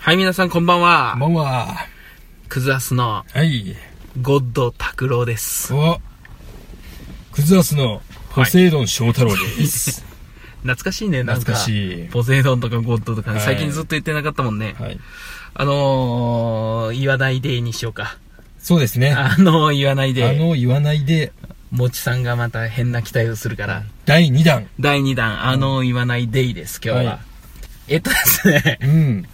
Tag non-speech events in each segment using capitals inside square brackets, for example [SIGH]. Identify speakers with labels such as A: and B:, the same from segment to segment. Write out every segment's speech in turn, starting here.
A: はい、皆さんこんばん
B: こ
A: は
B: ん。ばんは。
A: クズアスの
B: はい。
A: ゴッド拓郎です。
B: おクズアスのポセイドン翔太郎です。
A: 懐かしい [LAUGHS] ね、なんか。
B: 懐かしい
A: ポセイドンとかゴッドとかね、
B: はい
A: 最近ずっと言ってなかったもんね。
B: はい。
A: あのー、言わないでにしようか。
B: そうですね。あ
A: [LAUGHS] あのー、言わないで。
B: の、言わないで、
A: もちさんがまた変な期待をするから。
B: 第2弾。
A: 第2弾、あのー、言わないでです、今日は。
B: はい
A: えっとですね [LAUGHS]
B: う、ん。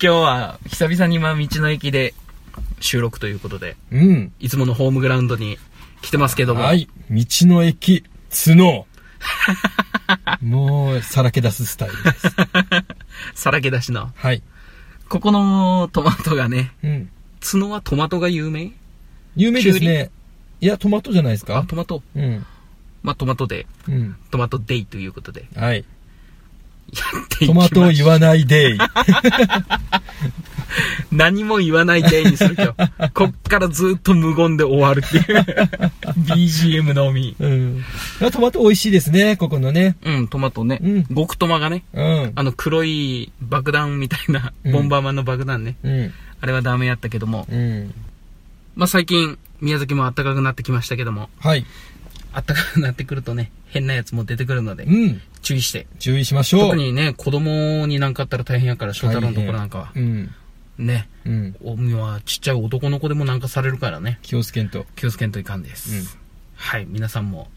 A: 今日は久々にまあ道の駅で収録ということで、
B: うん。
A: いつものホームグラウンドに来てますけども。
B: はい。道の駅、
A: [LAUGHS]
B: 角。もう、さらけ出すスタイルです。
A: さらけ出しの。
B: はい。
A: ここのトマトがね、
B: うん。
A: 角はトマトが有名
B: 有名ですね。いや、トマトじゃないです
A: あ、
B: か
A: トマト。
B: うん。
A: まあ、トマトで、
B: うん。
A: トマトデイということで、 [LAUGHS] や
B: はい。
A: っていき
B: ト
A: ま
B: マ
A: す。
B: トを言わな
A: [LAUGHS]
B: いで。
A: 何も言わないデイにする今 [LAUGHS] 日。こっからずっと無言で終わるっていう。BGM のみ。
B: うん。あトマト美味しいですね、ここのね。
A: うん、トマトね。
B: うん
A: 極トマがね、
B: うん。
A: あの黒い爆弾みたいな、
B: うん
A: ボンバーマンの爆弾ね。
B: うん。
A: あれはダメやったけども。
B: うん。
A: まあ、最近、宮崎も暖かくなってきましたけども、
B: はい。
A: 暖かくなってくるとね、変なやつも出てくるので
B: う、ん。
A: 注意して。
B: 注意しましょう。
A: 特にね、子供になんかあったら大変やから、翔太郎のところなんかは。
B: うん。
A: ね。
B: うん。
A: おみはちっちゃい男の子でもなんかされるからね
B: 気をつけんと。
A: 気をつけんといかんです、
B: うん
A: はい皆さんも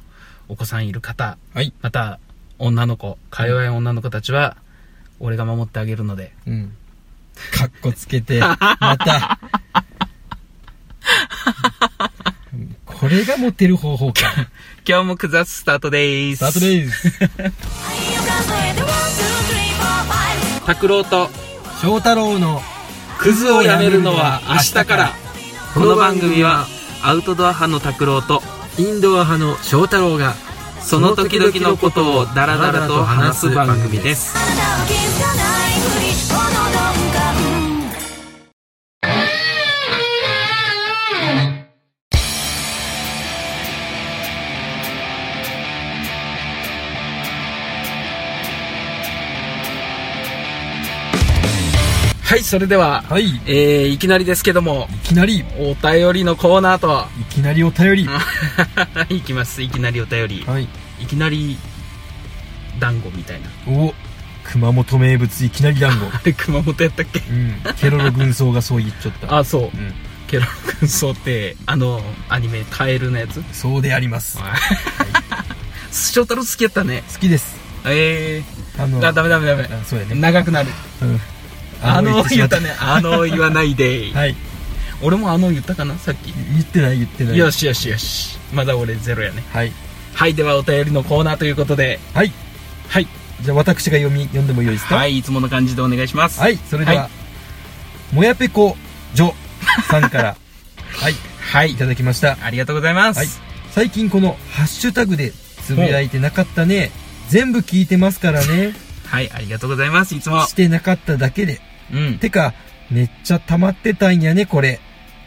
A: お子さんいる方
B: はい。
A: また女の子か弱い女の子たちは俺が守ってあげるので
B: うん。かっこつ
A: [LAUGHS]
B: けて、また。これがモテる方法か。
A: 今日もくざすスタートでー
B: スタート
A: す
B: です。
A: 拓郎と
B: 翔太郎の、
A: クズをやめるのは明日からこの番組はアウトドア派の拓郎と
C: インドア派の翔太郎が
A: その時々のことをダラダラと話す番組ですはいそれでは、
B: はい。い
A: えー、いきなりですけども
B: きなり、い
A: お便りのコーナー [LAUGHS] と
B: きなりお便り。
A: いきますいきなりお便り
B: はい。
A: いきなり団子みたいな
B: お、熊本名物いきなり団子。
A: あれ熊本やったっけ
B: うん。ケロロ軍曹がそう言っちゃった。
A: あそう
B: うん。
A: ケロロ軍曹ってあのアニメ「カエル」のやつ
B: そうであります。
A: 翔太郎好きやったね
B: 好きです。
A: え
B: あの
A: ー、あダメダメダメ
B: あそうやね。
A: 長くなる
B: うん
A: あの言っ
B: った
A: ねあの言わないで、
B: はい。
A: 俺もあの言ったかなさっき、
B: 言ってない言ってない。
A: よしよしよしまだ俺ゼロやね
B: はい。
A: はいではお便りのコーナーということで
B: はい。
A: はい
B: じゃあ私が読み、読んでもよいですか。
A: はいいいつもの感じでお願いします
B: はい。それでは、
A: は
B: もやぺこジョさ
A: [LAUGHS]
B: んから、はい。
A: はい
B: いただきました。
A: ありがとうございます、
B: はい。最近このハッシュタグでつぶやいてなかったね。全部聞いてますからね。
A: はい、ありがとうございます、いつも
B: し。てなかっただけで。
A: うん。 [LAUGHS]
B: てか、めっちゃ溜まってたんやね、これ。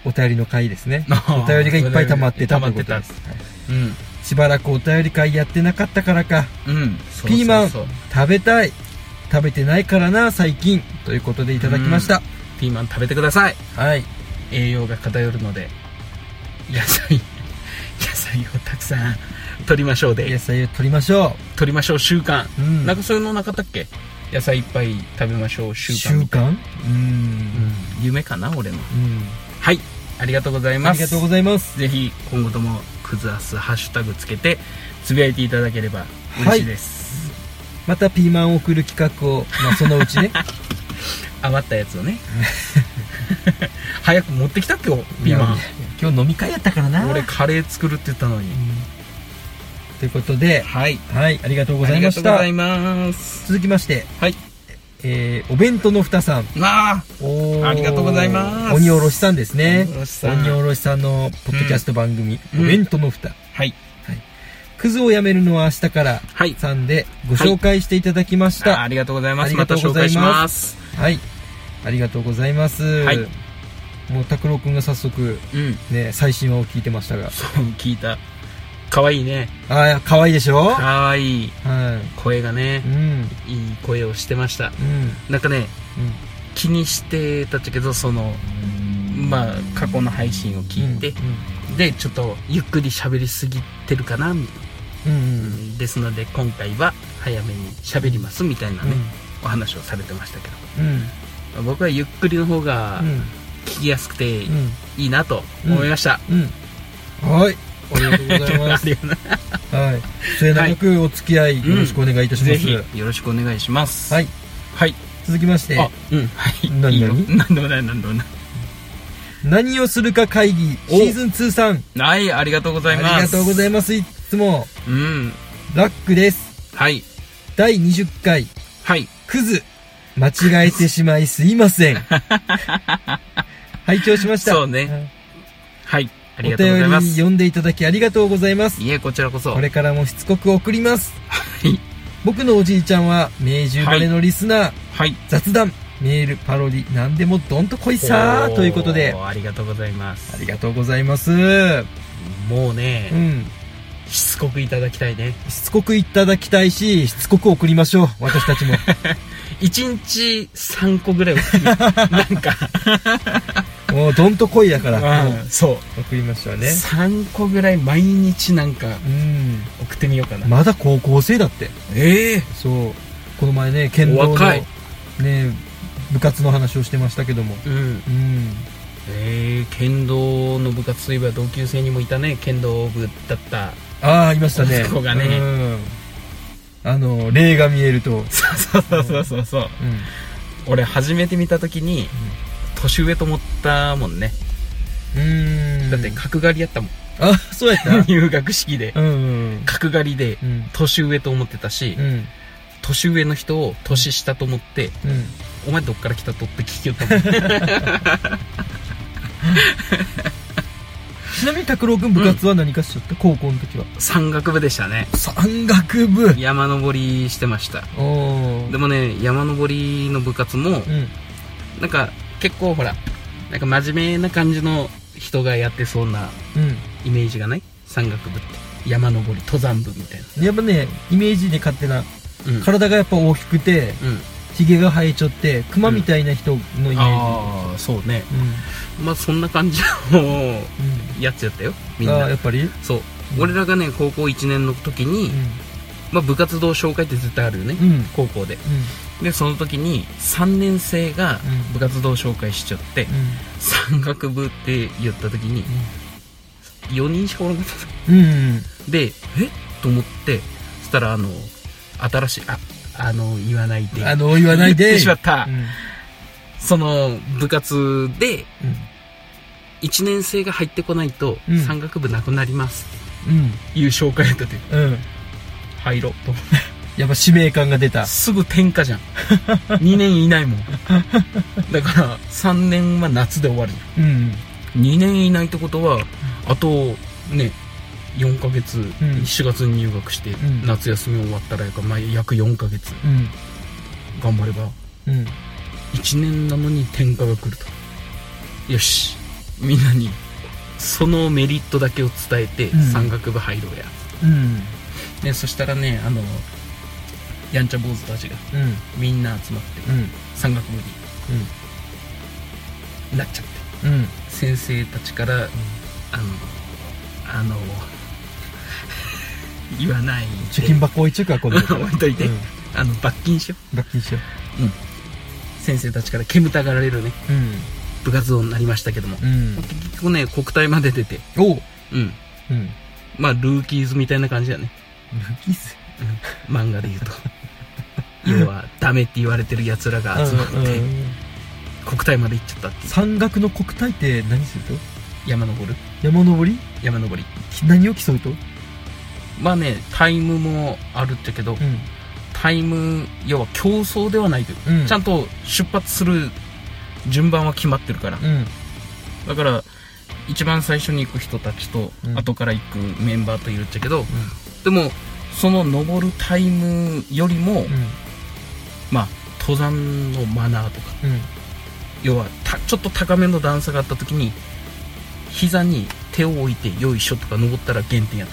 B: お便りの回で
A: [LAUGHS]
B: すね。お便りがいっぱい溜まって
A: 溜
B: たと
A: ま
B: い
A: っ
B: うこ
A: て
B: と
A: た
B: で。す。
A: うん。
B: しばらくお便り会やってなかったからか。
A: うん。そうそうそう
B: ピーマン食べたい食べてないからな最近ということでいただきました、
A: ピーマン食べてください。
B: はい
A: 栄養が偏るので、野菜、 [LAUGHS] 野菜をたくさん取りましょう
B: 野
A: で、
B: 菜を取りましょ
A: 取りましょう習慣。
B: う、うん
A: なんかそういうのなかったっけ野菜いっぱい食べましょう習
B: 習
A: 慣。
B: 慣う
A: うんん。夢かな、俺の。
B: うん、
A: はい、ありがとうござい
B: あ
A: ま
B: り
A: す。
B: がとうございます
A: ぜひ、今後とも、クズアスハッシュタグつけて、つぶやいていただければ嬉しいです。
B: またピーマンを送る企画を、まあ、そのうちね
A: 余ったやつをね早く持ってきた今日 [LAUGHS] ピーマン
B: 今日飲み会やったからな
A: 俺カレー作るって言ったのに
B: ということで
A: はい
B: はいありがとうご
A: あ
B: ざい
A: りが
B: ま
A: と
B: し
A: うご
B: た
A: ざいます
B: 続きまして
A: はい
B: えー、お弁当のふたさん
A: なあ
B: おー
A: ありがとうございます
B: 鬼おろしさんですね
A: 鬼おろしさん
B: 鬼おろしさんのポッドキャスト番組、
A: うん
B: お弁当のふた、
A: はい
B: クズをやめるのは明日から
A: はい
B: さんでご紹介していただきまし
A: ああ
B: た。はい。
A: りがとうございま
B: あ
A: す
B: り
A: ま
B: が
A: た
B: とう
A: 紹
B: ござい
A: 介
B: ます
A: します
B: ありがとうございます。
A: はい
B: もう拓郎くんが早速
A: うん
B: ね、最新話を聞いてましたが。
A: そう聞いた可愛いね
B: ああ、可愛いでしょは
A: 可愛い
B: い。
A: 声がね
B: うん。うん。
A: いい声をしてましたなんかね気にしてたっちゃけどそのまあ過去の配信を聞いて、でちょっとゆっくり喋りすぎてるかなみたいな
B: うんうん
A: ですので今回は早めに喋りますみたいなね、お話をされてましたけ
B: うんうん
A: ど僕はゆっくりの方が
B: うん
A: 聞きやすくて
B: うん
A: いいなと思いました、
B: うんはいありがとうございます
A: ありがとうございま
B: はい末永くお付き合いよろしくお願いいたし
A: す
B: ま
A: ぜ
B: す、
A: ひよろしくお願いします
B: はいい
A: はい
B: 続きまして
A: あうんはい
B: 何
A: いいよ
B: 何
A: 何でもない何でもない
B: 何をするか会議
A: お
B: シーズン2さん
A: はいありがとうござ
B: あ
A: い
B: り
A: ます
B: がとうござい
A: ま
B: ますいつも
A: すうん
B: ラックです
A: はい
B: 第20回
A: はい
B: クズ間違えてしまいすいま
A: [LAUGHS]
B: せん拝聴しました
A: そうねはいあ
B: あ
A: り
B: りが
A: が
B: と
A: と
B: う
A: う
B: ご
A: ござ
B: ざい
A: い
B: ま
A: ます
B: お便り
A: す
B: 読んでいただきありがとうございます
A: いえこちらこそ
B: これからもしつこく送ります
A: い
B: 僕のおじいちゃんは名獣バレのリスナー、
A: はい
B: 雑談メールパロディ何でもどんと来いさ
A: おー
B: ということで
A: ありがとうございます
B: ありがとうございますう
A: もうね、
B: ん
A: しつこくいただきたいね
B: しつこくいただきたいししつこく送りましょう私た
A: [LAUGHS]
B: ちも
A: 1日3個ぐらい送ってみるなんか
B: もうどんと来いやから、
A: うんそう
B: 送りましょうね
A: 3個ぐらい毎日なんか
B: うん
A: 送ってみようかな、
B: まだ高校生だって
A: ええ
B: そうこの前ね剣道
A: お
B: の
A: 若い
B: ね部活の話をしてましたけども
A: うん
B: うん
A: ええ剣道の部活といえば同級生にもいたね剣道部だった
B: ああいましたね
A: 息子がね
B: うんあの霊が見えると、
A: そうそうそうそうそう
B: うん、
A: 俺初めて見た時に年上と思ったもんね
B: うん
A: だって角刈りやったもん、
B: あそうやった
A: [LAUGHS] 入学式で
B: うんうん
A: 角刈りで
B: うん
A: 年上と思ってたし、
B: うん
A: 年上の人を年下と思って
B: うん
A: 「お前どっから来たと?」って聞きよったもん [LAUGHS]
B: ちなみに拓郎君部活は何かしちゃった、高校の時は
A: 山岳部でしたね
B: 山岳部
A: 山登りしてました
B: おお
A: でもね山登りの部活も
B: うん
A: なんか結構ほらなんか真面目な感じの人がやってそうな
B: う
A: イメージがない山岳部って山登り登山部みたいな、
B: んやっぱねイメージで勝手な
A: うん
B: 体がやっぱ大きくて
A: うん、
B: ひげが生えちゃってクマみたいな人のイメージ、うん
A: ああそうねまあそんな感じの [LAUGHS] やつやったよみん
B: ああーや
A: な
B: っぱり、うん
A: そう俺らがね高校1年の時に、まあ、部活動紹介って絶対あるよね、
B: うん
A: 高校ででその時に3年生が部活動紹介しちゃって、山岳部って言った時に4人しかおらなかった
B: うんうんうん
A: でえと思ってそしたらあの新しいああの言わないで
B: あの言わないで
A: 言ってしまった、
B: うん
A: その部活で
B: うん
A: 1年生が入ってこないと
B: うん
A: 山岳部なくなりますっていう紹介やったで
B: うんうん
A: 入ろうと思っ
B: やっぱ使命感が出た
A: たすぐ転科じゃ [LAUGHS] ん2年いないもんだから3年は夏で終わる
B: うん
A: 2年いないってことはあとね4ヶ月、4月に入学して、
B: ん
A: 夏休み終わったらやか、まあ、約4ヶ月
B: うん
A: 頑張れば
B: うん
A: 1年なのに転科が来るとよしみんなにそのメリットだけを伝えて
B: うん
A: 山岳部入ろうや、
B: うん
A: ね、そしたらねあのやんちゃ坊主たちが
B: うん
A: みんな集まって
B: うん
A: 山岳部になっちゃって
B: うんうん
A: 先生たちから、あのあ [LAUGHS] の言わないで
B: 貯金箱置いちゃうか今
A: [LAUGHS]
B: 度
A: 置いといて、
B: うん
A: あの罰金しよ
B: ラッキーしよ
A: う先生たちから煙たがられるね
B: う
A: 部活動になりましたけども、
B: うん
A: 結局ね国体まで出て
B: うんおう
A: うん
B: うん
A: まあ、ルーキーズみたいな感じだね。
B: ラッキース
A: 漫画で言
B: [LAUGHS]
A: うと。要は、ダメって言われてる奴らが集まって、国体まで行っちゃったっていう。
B: 山岳の国体って何すると
A: 山登る
B: 山登り
A: 山登り。
B: き何を競うと
A: まあね、タイムもあるっちゃけど、
B: ん
A: タイム、要は競争ではないという。
B: うん
A: ちゃんと出発する順番は決まってるから。
B: うん
A: だから、一番最初に行く人たちと、
B: うん
A: 後から行くメンバーといるっちゃけど、でも、その登るタイムよりも、まあ、登山のマナーとか、
B: うんうん
A: 要はたちょっと高めの段差があった時に膝に手を置いてよいしょとか登ったら減点や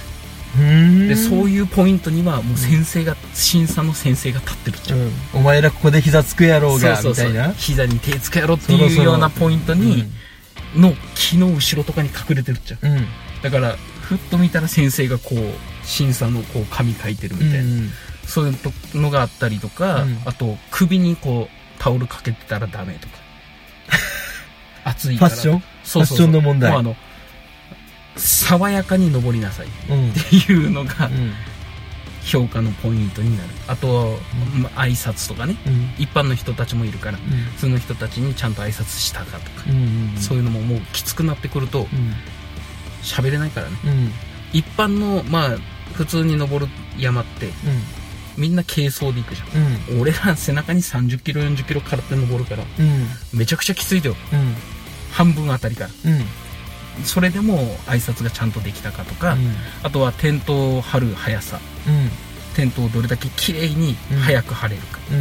A: ねで
B: で
A: そう
B: い
A: いうポイントにはもう先生が、審査の先生が立ってるじゃん、
B: ん、お前らここで膝つくやろうが
A: そうそうそう
B: みたいな
A: 膝に手つけやろって
B: そろ
A: い
B: そ
A: う
B: ろ
A: ようなポイントに、の木の後ろとかに隠れてるじゃん
B: うん、うん
A: だからふっと見たら先生がこう審査のこう紙書いてるみたいな、
B: うん
A: そういうのがあったりとか、
B: うん
A: あと首にこうタオルかけてたらダメ
B: [LAUGHS]
A: とか暑い
B: フ
A: か
B: ァ
A: ら
B: ッション
A: そうそうそう
B: ファッションの問題
A: もうあの爽やかに登りなさいっ
B: うん
A: ていうのが
B: うん
A: 評価のポイントになるあと、ま挨拶とかね
B: うん
A: 一般の人たちもいるから普通の人たちにちゃんと挨拶したかとか、
B: うんうん
A: そういうのももうきつくなってくると
B: うん
A: 喋れないからね
B: うんうん
A: 一般のまあ普通に登る山ってみんな軽装で行くじゃん
B: うん
A: 俺ら背中に3 0キロ4 0キロからって登るから
B: うん
A: めちゃくちゃきついだよ
B: うん
A: 半分あたりから
B: うん
A: それでも挨拶がちゃんとできたかとか、あとはテントを張る速さ
B: うん
A: テントをどれだけ綺麗に
B: うん
A: 早く張れるか、
B: う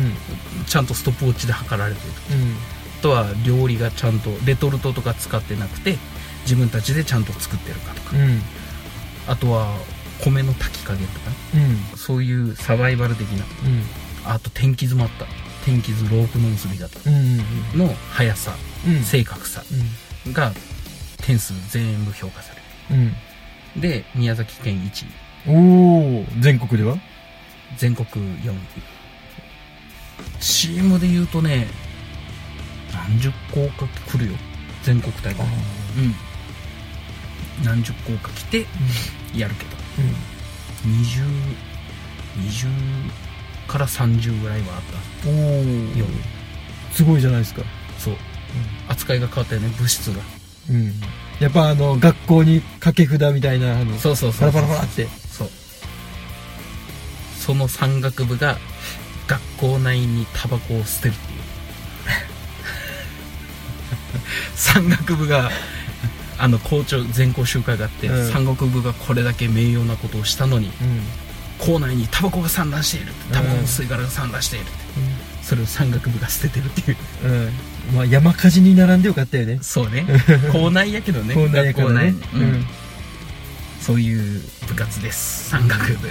B: ん
A: ちゃんとストップウォッチで測られてる
B: うん
A: あとは料理がちゃんとレトルトとか使ってなくて自分たちでちゃんと作ってるかとか、
B: うん
A: あとは米の炊き加減とかね
B: うん
A: そういうサバイバル的な
B: うん
A: あと天気図もあった天気図ロープの結び方
B: うん
A: の速さ
B: うん
A: 正確さが点数全部評価され
B: うん
A: るで宮崎県1位
B: うんおお全国では
A: 全国4位チームで言うとね何十校か来るよ全国大会うん何十校か来てやるけど2020から30ぐらいはあっ
B: うんお
A: たよ
B: すごいじゃないですか
A: そう、扱いが変わったよね物質が
B: うんやっぱあの学校に掛け札みたいなあの
A: そうそう
B: パ
A: そう
B: ラパラパラって
A: そうその山岳部が学校内にタバコを捨てるって
B: [LAUGHS]
A: いう山岳部があの校長全校集会があって、
B: うん
A: 山岳部がこれだけ名誉なことをしたのに
B: うん
A: 校内にタバコが散乱しているってタバコの吸い殻が散乱しているって、それを山岳部が捨ててるっていう
B: うんまあ山火事に並んでよかったよね
A: そうね [LAUGHS] 校内やけどね
B: 校内やか
A: 学
B: らね
A: 校内うんそういう部活です山岳部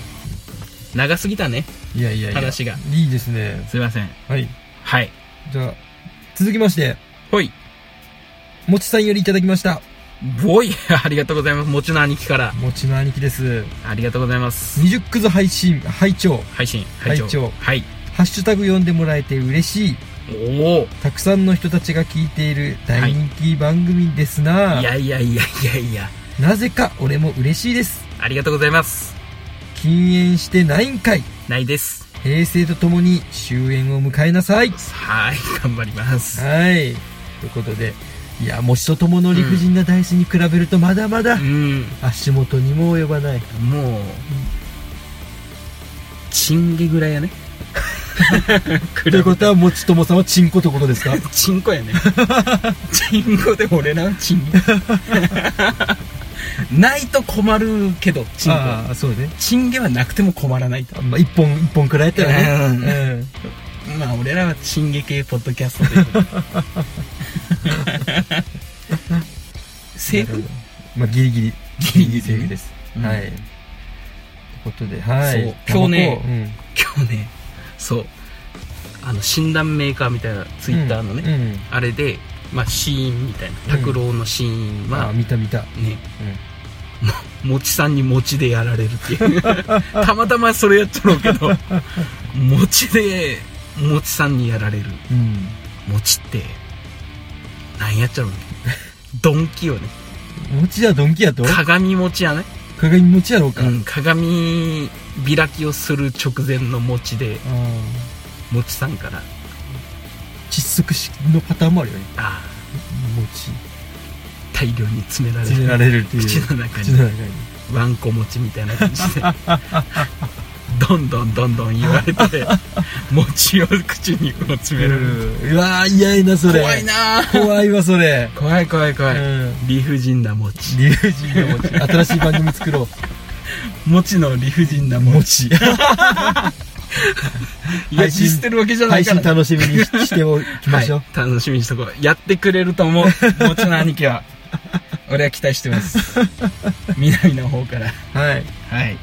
A: 長すぎたね
B: いやいやいや
A: 話が
B: いいですね
A: すいません
B: はい
A: はい
B: じゃあ続きまして
A: ほい
B: もちさんよりいただきました
A: ボイ [LAUGHS] ありがとうございます。もちの兄貴から。
B: もちの兄貴です
A: ありがとうございます。
B: 二十くず配信拝聴
A: 配信、
B: 拝聴
A: はい。
B: ハッシュタグ読んでもらえて嬉しい
A: おお。
B: たくさんの人たちが聞いている大人気番組ですな、
A: いやいやいやいやいや。
B: なぜか俺も嬉しいです
A: ありがとうございます。
B: 禁煙してないんかい
A: ないです。
B: 平成とともに終焉を迎えなさい
A: はい、頑張ります。
B: はいということでいやもちとともの理不尽な大事に比べるとまだまだ
A: うん。
B: 足元にも及ばない
A: もう、チンゲぐらいや [LAUGHS] ね。
B: ということはもちともさんはチンコってことですか
A: [LAUGHS] チンコやね。チンコで俺らはチン [LAUGHS] ゲ。ないと困るけど、チンコ。
B: ああそうね
A: チンゲはなくても困らないと。
B: まあ、一本一本くらいやったらね、
A: まあ俺らはチンゲ系ポッドキャストということで
B: [LAUGHS]
A: セー
B: な
A: フ
B: るほどまあギリギリ
A: ギリギリ
B: セーフです、
A: うん
B: はいということではい
A: そう今日ね
B: タバコうん
A: 今日ねそうあの診断メーカーみたいなツイッターのね、あれで、まあ、死因みたいな拓郎の死因
B: うんあ
A: は
B: あ、見た見た、
A: ね餅さんに餅でやられるっていうたまたまそれやっちゃろうけど餅で餅さんにやられる
B: うん、
A: 餅ってなんやっちゃろうねドンキよね
B: うん、餅じゃドンキやと
A: 鏡餅やね
B: 鏡餅やろうか、
A: うん、鏡開きをする直前の餅で
B: ああ
A: 餅さんから
B: 窒息式のパターンもあるよね
A: あ
B: 餅
A: ー大量に詰められる
B: 詰められるっていう
A: 口の中
B: 口
A: に
B: の中に
A: わんこ餅みたいな感
B: [LAUGHS]
A: じでどんどんどんどん言われて餅を口にこう詰められる、
B: うんうわー嫌いなそれ
A: 怖いなー
B: 怖いわそれ、
A: 怖い怖い怖い、
B: うん
A: 理不尽な餅
B: 理不尽な餅新しい番組作ろ
A: [LAUGHS]
B: う
A: 餅の理不尽な餅 [LAUGHS] いや
B: 配信
A: 実してるわけじゃな
B: 配
A: いから
B: 信楽しみにししておきましょう、
A: はい、楽しみにしとこうやってくれると思
B: [LAUGHS]
A: うもちろん兄
B: [LAUGHS]
A: 貴は俺は期待してます南の方から
B: はい
A: はい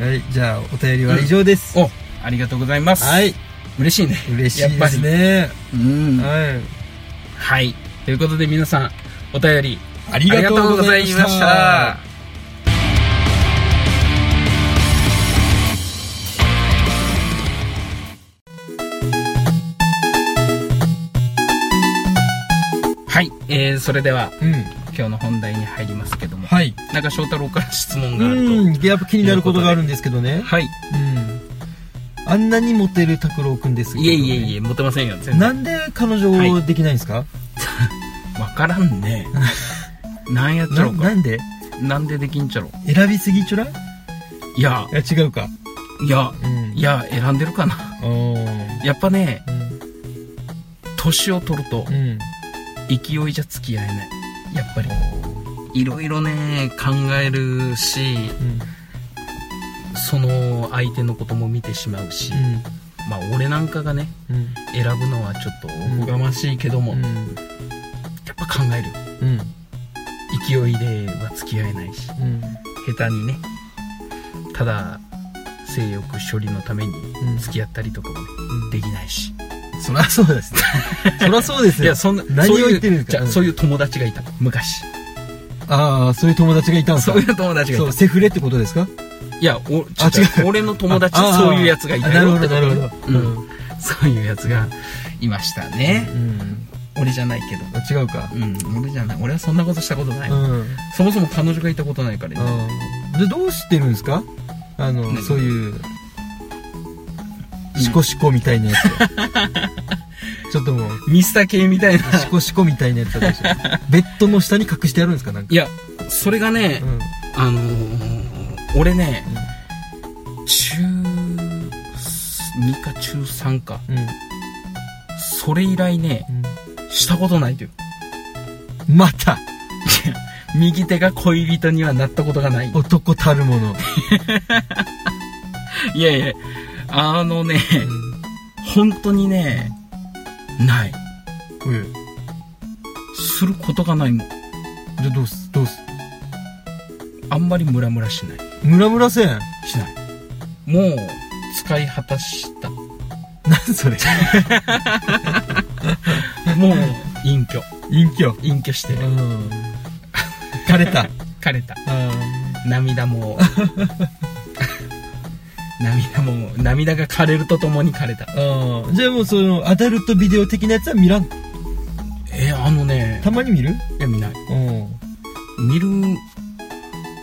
B: はい、じゃあ、お便りは以上です。
A: おありがとうございます、
B: はい、
A: 嬉しいね
B: 嬉し
A: や
B: い
A: っ
B: で
A: ぱ
B: す
A: り
B: ね。
A: うん
B: はい。
A: はいということで皆さんお便り
B: あ
A: あ
B: り
A: り
B: が
A: が
B: と
A: と
B: う
A: う
B: ご
A: ご
B: ざ
A: ざ
B: い
A: い
B: ま
A: ま
B: し
A: したた。はい、えー、それでは
B: うん。
A: 今日の本題に入りますけども、
B: はい。
A: なんか翔太郎から質問があると、
B: うん、やっぱ気になることがあるんですけどね。
A: はい
B: うん。あんなにモテる拓郎くんですけど、
A: いえいえい
B: え。
A: えモテませんよ全然
B: なんで彼女できないんですか、
A: わからん
B: [LAUGHS]
A: ねなんやっちゃ
B: な
A: ろうか
B: なんで
A: なんでできんちゃろ
B: 選びすぎちょらい
A: いや
B: や、違うか。
A: いや
B: うん。
A: いや選んでるかな
B: お
A: やっぱね
B: ー
A: 年を取ると
B: うん。うん。
A: 勢いじゃ付き合えないやっぱりいろいろね考えるし
B: うん。
A: その相手のことも見てしまうし、まあ俺なんかがね
B: うん。
A: 選ぶのはちょっとおこがましいけども、やっぱ考えるよ
B: うん。
A: 勢いでは付き合えないし
B: うん。
A: 下手にねただ性欲処理のために
B: うん
A: 付き合ったりとかもね、
B: うん
A: できないし
B: そらそう
A: [LAUGHS]
B: ですね。そらそうです
A: い
B: よ。
A: やそんな
B: 何を言ってるんです
A: そういうじゃあ
B: か
A: そういう友達がいた昔
B: ああ、そういう友達がいたんですか
A: そういう友達がい
B: そ
A: た
B: う、セフレってことですか
A: いやおちょ
B: あ
A: っと
B: 違う
A: 俺の友達
B: ああ
A: そういうやつがいた
B: なる
A: よ
B: ほ
A: って
B: ど、
A: こ
B: な
A: と
B: る
A: ね
B: ほど。
A: うん、そういうやつがいましたね、
B: うん。
A: 俺じゃないけど
B: あ違うか。
A: うん俺じゃない俺はそんなことしたことない、
B: うん。
A: そもそも彼女がいたことないからね、
B: あで、どうしてるんですかあの、
A: 何
B: そういう、シコシコみたいなや
A: [LAUGHS]
B: つ。ちょっともう、
A: ミスター系みたいな
B: シコシコみたいなやつだったでしょ。ベッドの下に隠してあるんですかなんか
A: い。やそれがね、
B: うん。
A: あのー俺ね、中2か中3か、
B: うん。
A: それ以来ね、したことないという。
B: うん。また、
A: 右手が恋人にはなったことがない。
B: 男たるもの。
A: いやいや、あのね、本当にね、ない。
B: うん。
A: することがないもん。
B: じゃあどうす、どうす。
A: あんまりムラムラしない。
B: ムラムラせん。
A: しない。もう、使い果たした。も
B: なんそ
A: [LAUGHS]
B: れ。
A: う、隠居。
B: 隠居。
A: 隠居して
B: う
A: る。
B: ん。枯れた。
A: 枯れた。
B: うん。
A: 涙も、 [LAUGHS] 涙も、涙が枯れるとともに枯れた。
B: うんじゃあもうそのアダルトビデオ的なやつは見らん
A: えーあのね、
B: たまに見る
A: いや見ない。
B: うん、
A: 見る、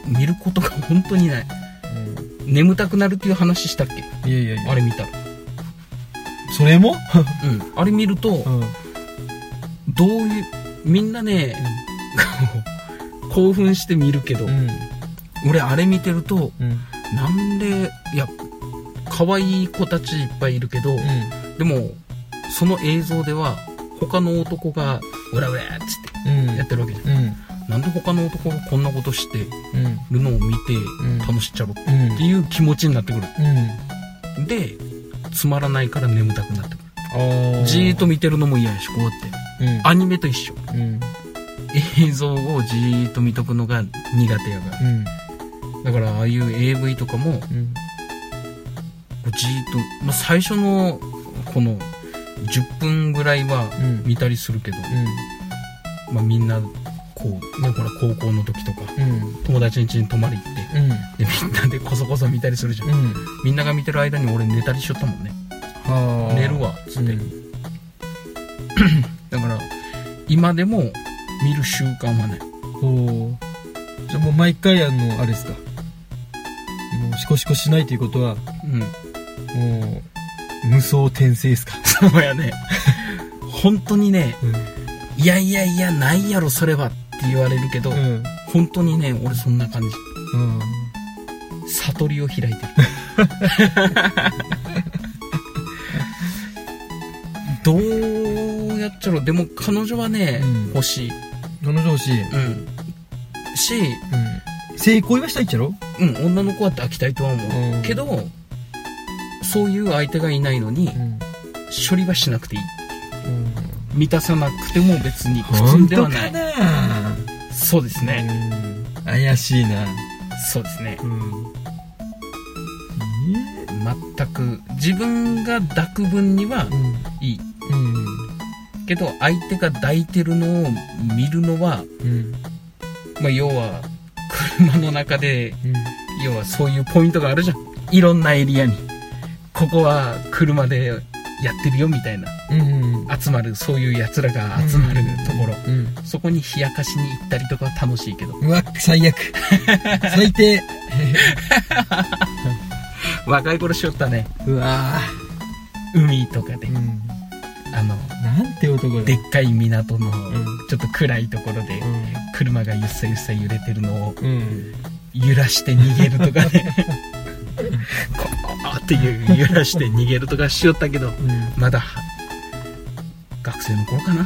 A: 見ることが本当にない。眠たくなるっていう話したっけ
B: いやいやいや
A: あれ見たら。
B: それも、
A: うん。あれ見ると、
B: ん、
A: どういう、みんなね、こう興奮して見るけど、
B: ん
A: 俺あれ見てると、
B: うん
A: なんで、いや、可愛い子たちいっぱいいるけど、でも、その映像では、他の男が、うらうらーっつっ
B: うん
A: てやってるわけじゃ
B: うん
A: ん。なんで他の男がこんなことして
B: うん
A: るのを見て
B: ん、
A: 楽しっちゃろっ
B: うん
A: ていう気持ちになってくる。
B: うん
A: でつまらないから眠たくなってく
B: あー
A: るじーっと見てるのも嫌やしこうやって
B: うん
A: アニメと一緒
B: うん
A: 映像をじーっと見とくのが苦手やから
B: うん
A: だからああいう AV とかもこ
B: うん
A: うじーっと、まあ、最初のこの10分ぐらいは
B: うん
A: 見たりするけど、まあ、みんなこう、ね、ほら高校の時とか
B: うん
A: 友達ん家に泊まり行って
B: うん
A: でみんなでこそこそ見たりするじゃん
B: うん
A: みんなが見てる間に俺寝たりしちゃったもんね
B: はあ
A: 寝るわっつっ
B: うん
A: て、だから今でも見る習慣はない
B: ほうじゃあもう毎回あのあれですかもうシコシコしないということは
A: うん
B: もう無双転生ですか
A: [LAUGHS] そうやね本当にねいやいやいやないやろそれはって言われるけど、
B: うん
A: 本当にね俺そんな感じ
B: うん
A: 悟りを開いて
B: [LAUGHS]
A: るどうやっちゃろうでも彼女はね、
B: うん
A: 欲しい
B: 彼女欲しい
A: うんし、
B: うん性行為はしたいっちゃろ
A: うん、女の子は抱きたいとは思う、
B: うん
A: けどそういう相手がいないのに、
B: ん
A: 処理はしなくていい満たさなくても別に苦
B: 本
A: 痛で
B: 当
A: は
B: か
A: ない
B: な
A: そうですね、
B: うん怪しいな
A: そうですね
B: うんね。
A: 全く自分が抱く分には
B: う
A: いい
B: ん。うん。
A: けど相手が抱いてるのを見るのは、
B: うん。
A: まあ、要は車の中で
B: うん。
A: 要はそういうポイントがあるじゃんいろんなエリアにここは車でやってるよみたいな
B: うん。
A: 集まるそういう奴らが集まるところ、
B: うん。
A: そこに冷やかしに行ったりとかは楽しいけど
B: うわ、最悪。最低。
A: 若い頃しよったね
B: うわ
A: 海とかで、
B: ぁ。うん。
A: あの
B: なんて男だ。
A: でっかい港の
B: ん
A: ちょっと暗いところで車がゆっさゆっさ揺れてるのを
B: うん。うん。
A: 揺らして逃げるとかねこうっていう揺らして逃げるとかしよったけど
B: うん。うん。
A: まだ学生の頃かな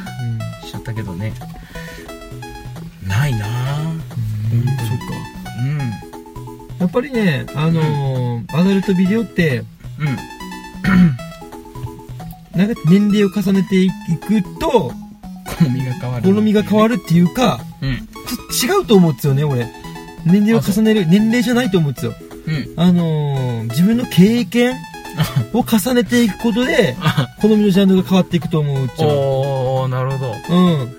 A: しちゃったけどねないなぁ
B: うん。そっか。
A: うん
B: やっぱりね、あのーアダルトビデオって、
A: うん
B: なんか年齢を重ねていくと、
A: 好みが変わる
B: 好みが変わ
A: る
B: るっていうか、
A: うん
B: ち違うと思うんですよね、俺。年齢を重ねる、年齢じゃないと思うんですよ。
A: うん
B: あのー自分の
A: [LAUGHS]
B: 経験を重ねていくことで、好みのジャンルが変わっていくと思うっちゃう。
A: おーなるほど
B: うん。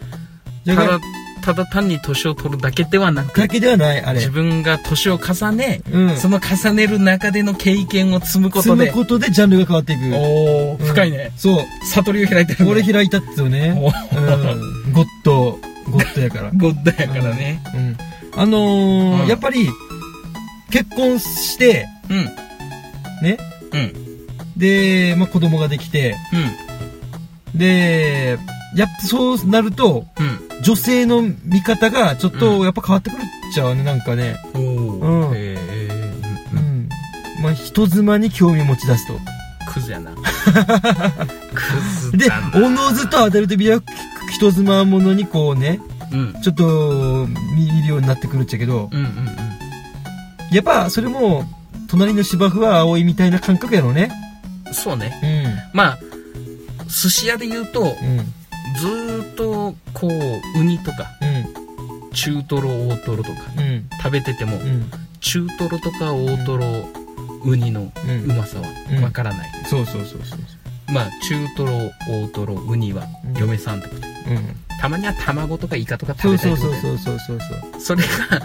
B: じ
A: た
B: ゃ
A: だ
B: が、
A: ただ単に年を取るだけではなく
B: だけではない、あれ
A: 自。分が年を重ね、
B: うん。
A: その重ねる中での経験を積むこ
B: そ
A: と
B: の
A: で
B: ことでジャンルが変わっていく。
A: おお、
B: うん
A: 深いね
B: そう。
A: 悟りを開いてるね
B: 俺開いたっすよね。
A: お
B: うん。ゴッド、ゴッドやから。
A: ゴッドやからね
B: うん。あのー
A: うん
B: やっぱり、結婚して、
A: うんうん
B: ね、
A: うん
B: で、まあ、子供ができて、で、やっぱそうなると、
A: うん
B: 女性の見方がちょっ
A: う
B: とやっぱ変わってくるっちゃうね、なんかね。
A: おお
B: うん
A: へえ
B: うん。まあ、人妻に興味を持ち出すと。
A: クズや [LAUGHS] なクズ
B: で
A: だ、な
B: おのずとアダルトビデオは人妻ものにこうね、
A: うん
B: ちょっと見るようになってくるっちゃけど、
A: うんうん
B: やっぱそれも、隣の芝生は青いみたいな感覚やろうね。
A: うんそうね
B: う
A: まあ寿司屋で言うと
B: ん。うん。
A: ずーっとこうウニとか
B: う
A: 中トロ大トロとか
B: ん。うん。
A: 食べてても
B: うん。
A: 中トロとか大トロウニの
B: う
A: うまさ
B: うん
A: はわからない
B: そうそうそうそう
A: まあ中トロ大トロウニは
B: うん
A: 嫁さんってこと
B: そう、うん、
A: たまには卵とかイカとか
B: そ
A: 食
B: う
A: べた
B: そ
A: いうって
B: そ
A: こ
B: う
A: と
B: そうそうそうそう、
A: それが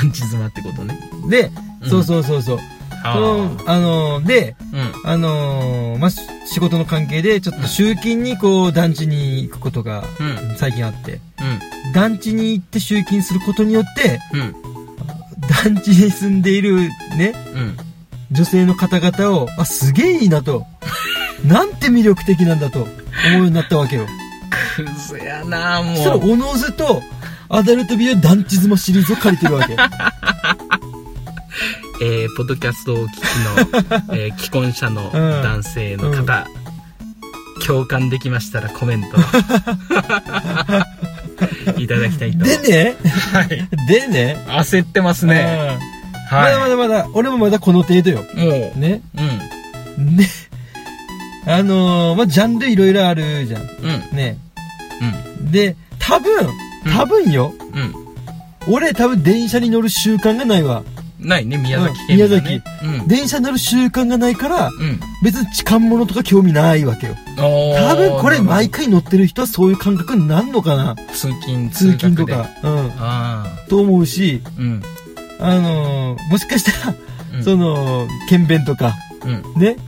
A: 団地妻ってことね
B: で、
A: うん
B: そうそうそうそう
A: あ
B: その
A: ー
B: あのーで
A: うん
B: あのーまあし仕事の関係でちょっと集金にこう団地に行くことが
A: うん
B: 最近あって
A: う
B: 団地に行って集金することによって
A: んうん
B: 団地に住んでいるね
A: うん
B: 女性の方々をあすげえいいな [LAUGHS] となんて魅力的なんだと思うようになったわけよ
A: クズやな
B: そしたら
A: もう
B: おのずとアダルトビデオ団地妻シリーズを借りてるわけ
A: えーポッドキャストをお聞きの、えー既婚者の男性の方、共感できましたらコメントをいただきたいと
B: でね [LAUGHS]
A: はい
B: でね
A: 焦ってますね
B: ね
A: はい
B: まだまだまだ、俺もまだこの程度よ。
A: もう
B: ね。
A: う
B: ね。 [LAUGHS] あのー、まあ、ジャンルいろいろあるじゃん。
A: んうん
B: ね。で、多分、
A: うん
B: 多分よ。
A: うんうん
B: 俺多分電車に乗る習慣がないわ。
A: ないね宮崎県民はね
B: 電車に乗る習慣がないから、
A: うんうん
B: 別に痴漢者とか興味ないわけよ。
A: おー
B: 多分これ
A: なる
B: 毎回乗ってる人はそういう感覚になるのか
A: ほ
B: な。
A: ど通勤
B: 通
A: 通
B: 勤
A: 勤と
B: とか
A: か。
B: うん。
A: あ
B: と思うし、
A: あうん
B: あのー、もしかしたら、
A: うん
B: その、剣弁とか、
A: うん
B: ね。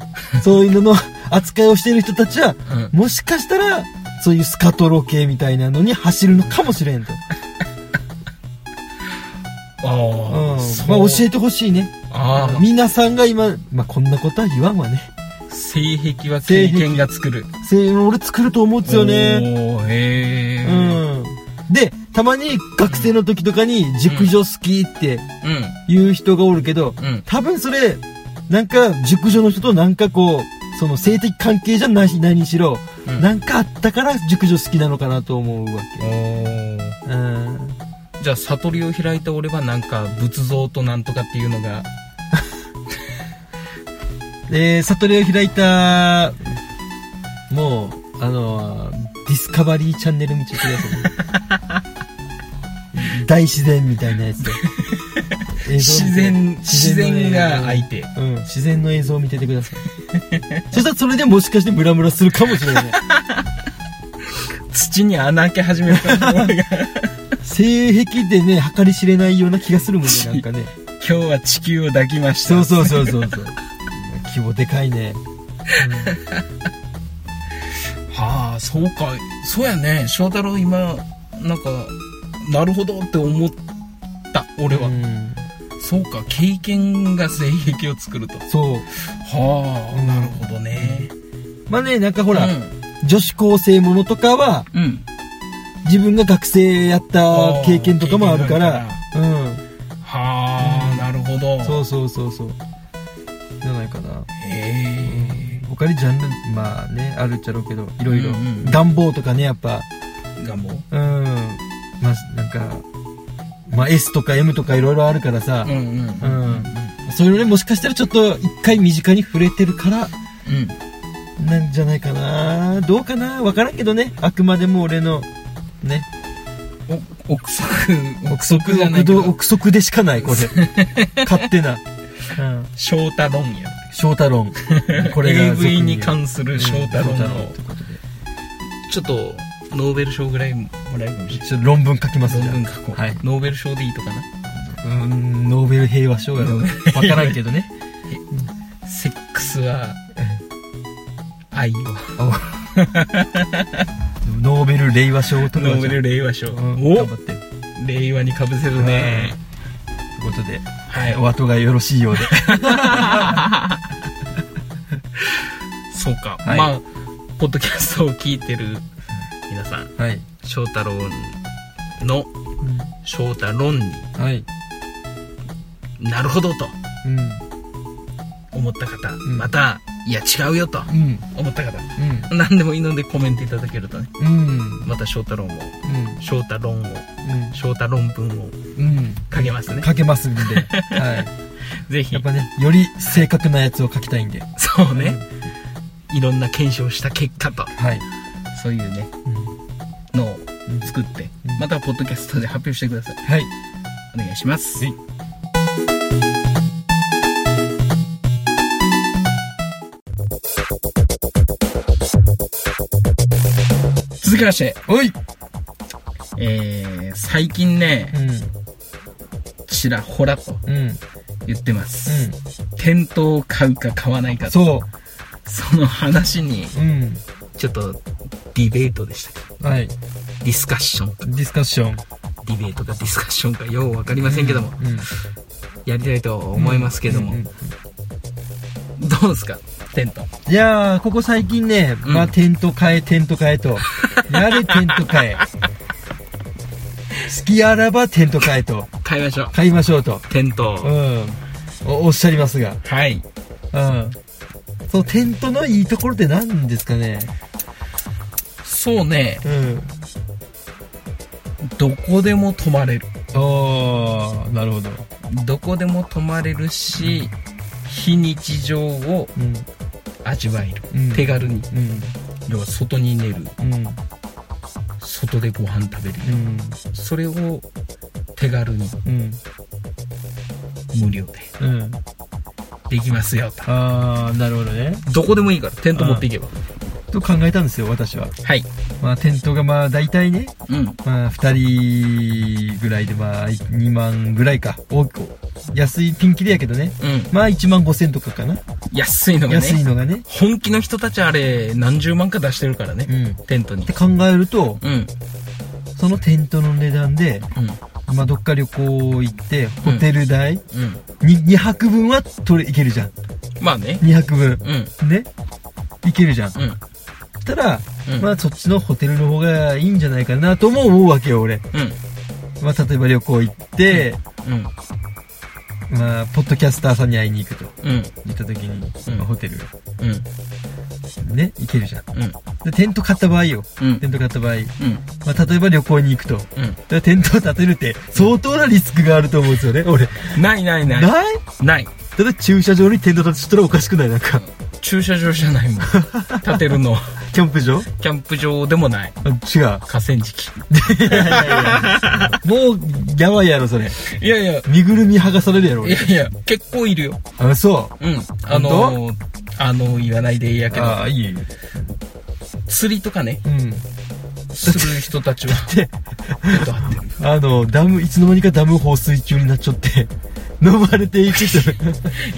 B: そういうの [LAUGHS] の扱いをしている人たちは、
A: うん
B: もしかしたら、そういうスカトロ系みたいなのに走るのかもしれんと。うん。
A: あ
B: まあ
A: あ
B: 教えてほしいね。
A: ああ
B: 皆さんが今、まあこんなことは言わんわね。
A: 性癖は経験が作る
B: せ俺作ると思うんですよね。
A: おーへ
B: う
A: え
B: ん。で、たまに学生の時とかに熟女好きっていう人がおるけど、
A: うんうん
B: 多分それ、なんか熟女の人となんかこう、その性的関係じゃないし何しろ、
A: うん
B: なんかあったから熟女好きなのかなと思うわ
A: おー
B: け。うん。
A: じゃあ悟りを開いた俺はなんか仏像となんとかっていうのが
B: えー、悟りを開いた、もう、あのー、ディスカバリーチャンネル [LAUGHS] 見ちゃってください。大自然みたいなやつで。映像を
A: 自
B: 見て
A: 然自然が相手
B: うん、自然の映像を見ててくださいそしたらそれでもしかしてムラムラするかもしれないね
A: 土に穴開け始めるか
B: [LAUGHS]
A: も俺が
B: 性癖でね計り知れないような気がするもんねなんかね
A: 今日は地球を抱きました
B: そうそうそうそう [LAUGHS] そう規模でかいね、
A: はあそうかそうやね翔太郎今なんかなるほどって思った俺
B: う
A: は、
B: ん
A: そうか経験が性癖を作ると
B: そう
A: はあ、なるほどね
B: まあねなんかほ
A: ほ
B: ら、
A: うん、
B: 女子高生ものとかは
A: うん、
B: 自分が学生やった経験とかもあるからう
A: はあ、
B: うん
A: なるほど
B: んそうそうそうそうじゃないかな
A: へ
B: 他にジャンルまあねあるっちゃろうけどいろいろ、
A: うんうん
B: 願望とかねやっぱ
A: え願望
B: うんまあなんか、まあ、S とか M とかいろいろあるからさ、
A: んうんうん
B: うんそれよりもしかしたらちょっと一回身近に触れてるから
A: うん
B: なんじゃないかなどうかなわからんけどねあくまでも俺のね
A: お憶測憶測じゃないけ
B: 憶
A: ど
B: 憶測でし
A: [LAUGHS]
B: かないこれ勝手な、うん、
A: 翔太論や
B: 翔太論これが俗
A: AV に
B: 言う
A: 関する翔太論
B: う
A: の、
B: ん翔ということで
A: ちょっとノーベル賞ぐらいもらえるかもしれない
B: ちょっと論文書きますじ
A: 論
B: ゃあ
A: 文書こう、
B: はい
A: ノーベル賞でいいとかな
B: うーんノーベル平和賞やろ
A: ノ
B: わ
A: ーベル
B: からんけどね
A: セックスは愛を
B: ノーベル令和賞を取る
A: ノー
B: わじ
A: ベ
B: ゃん
A: ル令和賞、
B: うん頑張って
A: お令和にかぶせるね
B: ということで、
A: はい
B: お後がよろしいよう
A: [LAUGHS]
B: で
A: [LAUGHS] そうか、
B: はい
A: まあポッドキャストを聞いてる皆さん
B: はい、
A: 翔太郎の翔太論に
B: はい
A: なるほどと
B: うん
A: 思った方、
B: ん
A: またいや違うよと
B: うん
A: 思った方何でもいいのでコメントいただけるとね
B: うんうん
A: また翔太郎も翔太論を
B: う
A: 翔太論文を
B: んうん
A: 書けますね
B: 書けます
A: [LAUGHS]
B: んで、はい、
A: ぜひ
B: やっぱねより正確なやつを書きたいんで
A: そうね、いろんな検証した結果と
B: はい、
A: そういうね
B: うん
A: のを作って、
B: うん
A: またポッドキャストで発表してください
B: はい
A: お願いします、
B: はい
A: 続きまして、
B: おい
A: えー、最近ね、
B: う
A: ちらほらと
B: んうんうん
A: 言ってます。店頭を買うか買わないかと、
B: そ
A: その話に、
B: ううん
A: ちょっと、ディベートでしたか
B: はい
A: ディスカッションか、
B: ディスカッション
A: ディベートかディスカッションか、ようわかりませんけども、
B: うん
A: やりたいと思いますけども、
B: うんうん
A: どうですかテント。
B: いやー、ここ最近ね、
A: うん
B: まあ、テント変え、テント変えと。やれ、テント変え。好きあらば、テント変えと。
A: 買いましょう。
B: 買いましょうと。
A: テント
B: う。ん。おおっしゃりますが。
A: はい。
B: うん。そのテントのいいところって何ですかね
A: そうね、
B: う
A: どこでも泊まれる。
B: ん。おー、なるほど。
A: どこでも泊まれるし、非日常を
B: うん。
A: 味わえる。
B: うん
A: 手軽に。
B: うん。
A: 要は外に寝る。
B: うん。
A: 外でご飯食べる。
B: うん。
A: それを手軽に
B: うん。
A: 無料で
B: うん。
A: できますよと。
B: あー、なるほどね。
A: どこでもいいから、テント持っていけば。
B: と考えたんですよ、私は。
A: はい。
B: まあ、テントがまあ、大体ね、
A: うん。
B: まあ、2人ぐらいで、まあ、2万ぐらいか。多く、安いピンキリやけどね。
A: うん。
B: まあ、1万5千とかかな。
A: 安いのが
B: 安い
A: ね。
B: のがね。
A: 本気の人たちあれ、何十万か出してるからね。
B: うん。っ
A: テントに
B: て。考えると、
A: うん。
B: そのテントの値段で、
A: うん。
B: まあ、どっか旅行行って、ホテル代、
A: うん。
B: に2泊分は取れ、いけるじゃん。
A: まあね。
B: 2泊分。
A: うん。
B: ね。いけるじゃん。
A: うん。
B: したら、
A: うん。
B: まあ、そっちのホテルの方がいいんじゃないかなとも思うわけよ、俺。
A: う
B: まあ、例えば旅行行って、
A: ん。うん。
B: まあ、ポッドキャスターさんに会いに行くと。
A: うん。
B: 行った時に、
A: うん
B: まあホテル
A: うん。
B: ね、行けるじゃん。
A: うん。
B: で、テント買った場合よ。
A: うん
B: テ。ント買った場合。
A: うん。
B: まあ、例えば旅行に行くと。
A: う
B: でテントを建てるって、相当なリスクがあると思うんですよね、俺。
A: ん。ないないない。
B: ない
A: ない。
B: ただ駐車場にテント建てしたらおかしくないなんか。
A: 駐車場じゃないもん。建てるの。
B: キャンプ場あ
A: キャンプ場でもない
B: 違
A: [LAUGHS]
B: う。
A: 河川敷
B: もう、やばいやろ、それ。
A: いやいや
B: 身ぐるみ剥がされるやろ、
A: い
B: 俺
A: やいや結構いるよ
B: あ、そ
A: うんあのーあのー言わないでいいや
B: う。
A: けど
B: あ、いい。うん。
A: 釣りとかねする人たちは
B: で、
A: 結構あってる
B: あの、ダム、いつの間にかダム放水中になっちゃって、飲まれていくって。